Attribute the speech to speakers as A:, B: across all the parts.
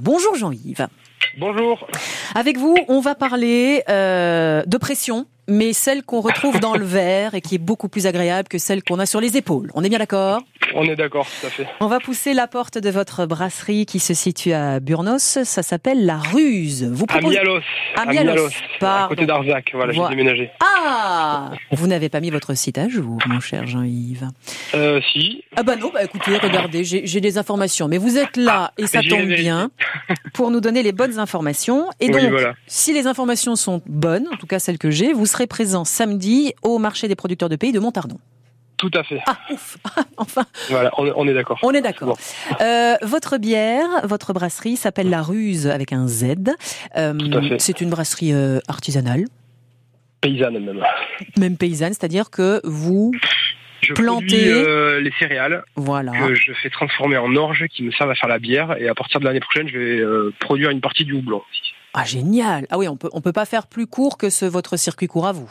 A: Bonjour Jean-Yves.
B: Bonjour.
A: Avec vous, on va parler euh, de pression, mais celle qu'on retrouve dans le verre et qui est beaucoup plus agréable que celle qu'on a sur les épaules. On est bien d'accord
B: On est d'accord, tout à fait.
A: On va pousser la porte de votre brasserie qui se situe à Burnos. Ça s'appelle La Ruse. Vous
B: À Mialos.
A: À Mialos,
B: À
A: pardon.
B: côté d'Arzac, voilà,
A: Voi-
B: j'ai déménagé.
A: Ah Vous n'avez pas mis votre site à jour, mon cher Jean-Yves.
B: Euh, si.
A: Ah bah non, bah écoutez, regardez, j'ai j'ai des informations. Mais vous êtes là, et ça
B: j'ai
A: tombe
B: vérifié.
A: bien, pour nous donner les bonnes informations. Et
B: oui,
A: donc,
B: voilà.
A: si les informations sont bonnes, en tout cas celles que j'ai, vous serez présent samedi au marché des producteurs de pays de Montardon.
B: Tout à fait.
A: Ah, ouf Enfin,
B: Voilà, on, on est d'accord.
A: on est d'accord. Euh, votre bière, votre brasserie s'appelle La Ruse avec un Z. Euh,
B: Tout à fait.
A: c'est une brasserie euh, artisanale,
B: Paysanne même.
A: même paysanne, c'est-à-dire que vous,
B: Je
A: Planté. Ah.
B: produis euh, les céréales
A: voilà.
B: que je fais transformer en orge qui me servent à faire la bière et à partir de l'année prochaine, je vais euh, produire une partie du houblon.
A: Ah génial Ah oui, on peut on peut pas faire plus court que ce votre circuit court à vous.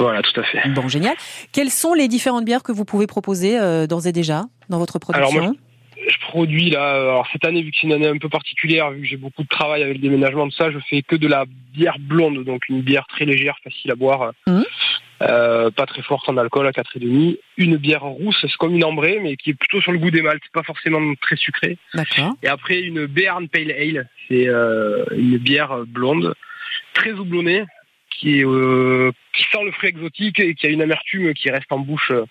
B: Voilà, tout à fait.
A: Bon génial. Quelles sont les différentes bières que vous pouvez proposer euh, d'ores et déjà dans votre
B: Alors,
A: production
B: Je produis là, euh, alors cette année, vu que c'est une année un peu particulière, vu que j'ai beaucoup de travail avec le déménagement, de ça, je fais que de la bière blonde, donc une bière très légère, facile à boire,
A: Mhm.
B: euh, pas très forte en alcool, à 4,5. Une bière rousse, c'est comme une ambrée, mais qui est plutôt sur le goût des maltes, pas forcément très sucrée.
A: D'accord.
B: Et après, une Béarn Pale Ale, c'est euh, une bière blonde, très houblonnée, qui, est, euh, qui sent le fruit exotique et qui a une amertume qui reste en bouche, euh,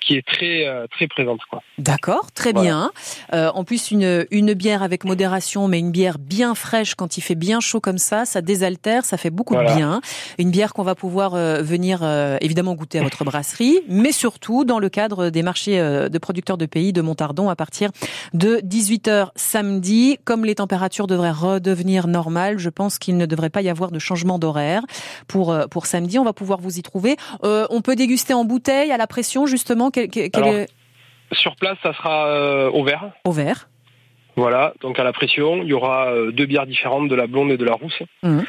B: qui est très, euh, très présente. Quoi.
A: D'accord, très
B: Voilà.
A: bien. Euh, en plus, une, une bière avec modération, mais une bière bien fraîche quand il fait bien chaud comme ça, ça désaltère, ça fait beaucoup de
B: Voilà.
A: bien. Une bière qu'on va pouvoir euh, venir euh, évidemment goûter à votre brasserie, mais surtout dans le cadre des marchés euh, de producteurs de pays de Montardon à partir de 18h samedi. Comme les températures devraient redevenir normales, je pense qu'il ne devrait pas y avoir de changement d'horaire pour, euh, pour samedi. On va pouvoir vous y trouver. Euh, on peut déguster en bouteille, à la pression justement, quel, quel- quel
B: Alors,
A: est...
B: Sur place, ça sera euh, au verre.
A: au verre.
B: Voilà, donc à la pression, il y aura euh, deux bières différentes, de la blonde et de la rousse.
A: Mhm.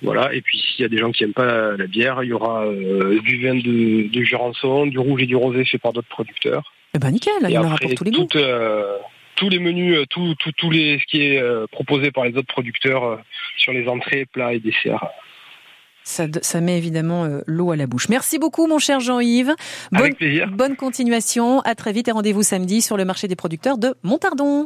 B: Voilà, et puis s'il y a des gens qui n'aiment pas la, la bière, il y aura euh, du vin de, de Jurançon, du rouge et du rosé fait par d'autres producteurs.
A: Eh ben nickel, il
B: et
A: y en aura
B: après,
A: pour tous les goûts.
B: toutes, euh, tous les menus, euh, tout, tout, tous les, ce qui est euh, proposé par les autres producteurs euh, sur les entrées, plats et desserts.
A: Ça, do- ça met évidemment euh, l'eau à la bouche. Merci beaucoup, mon cher Jean-Yves. Bonne,
B: Avec plaisir.
A: bonne continuation. À très vite et rendez-vous samedi sur le marché des producteurs de Montardon.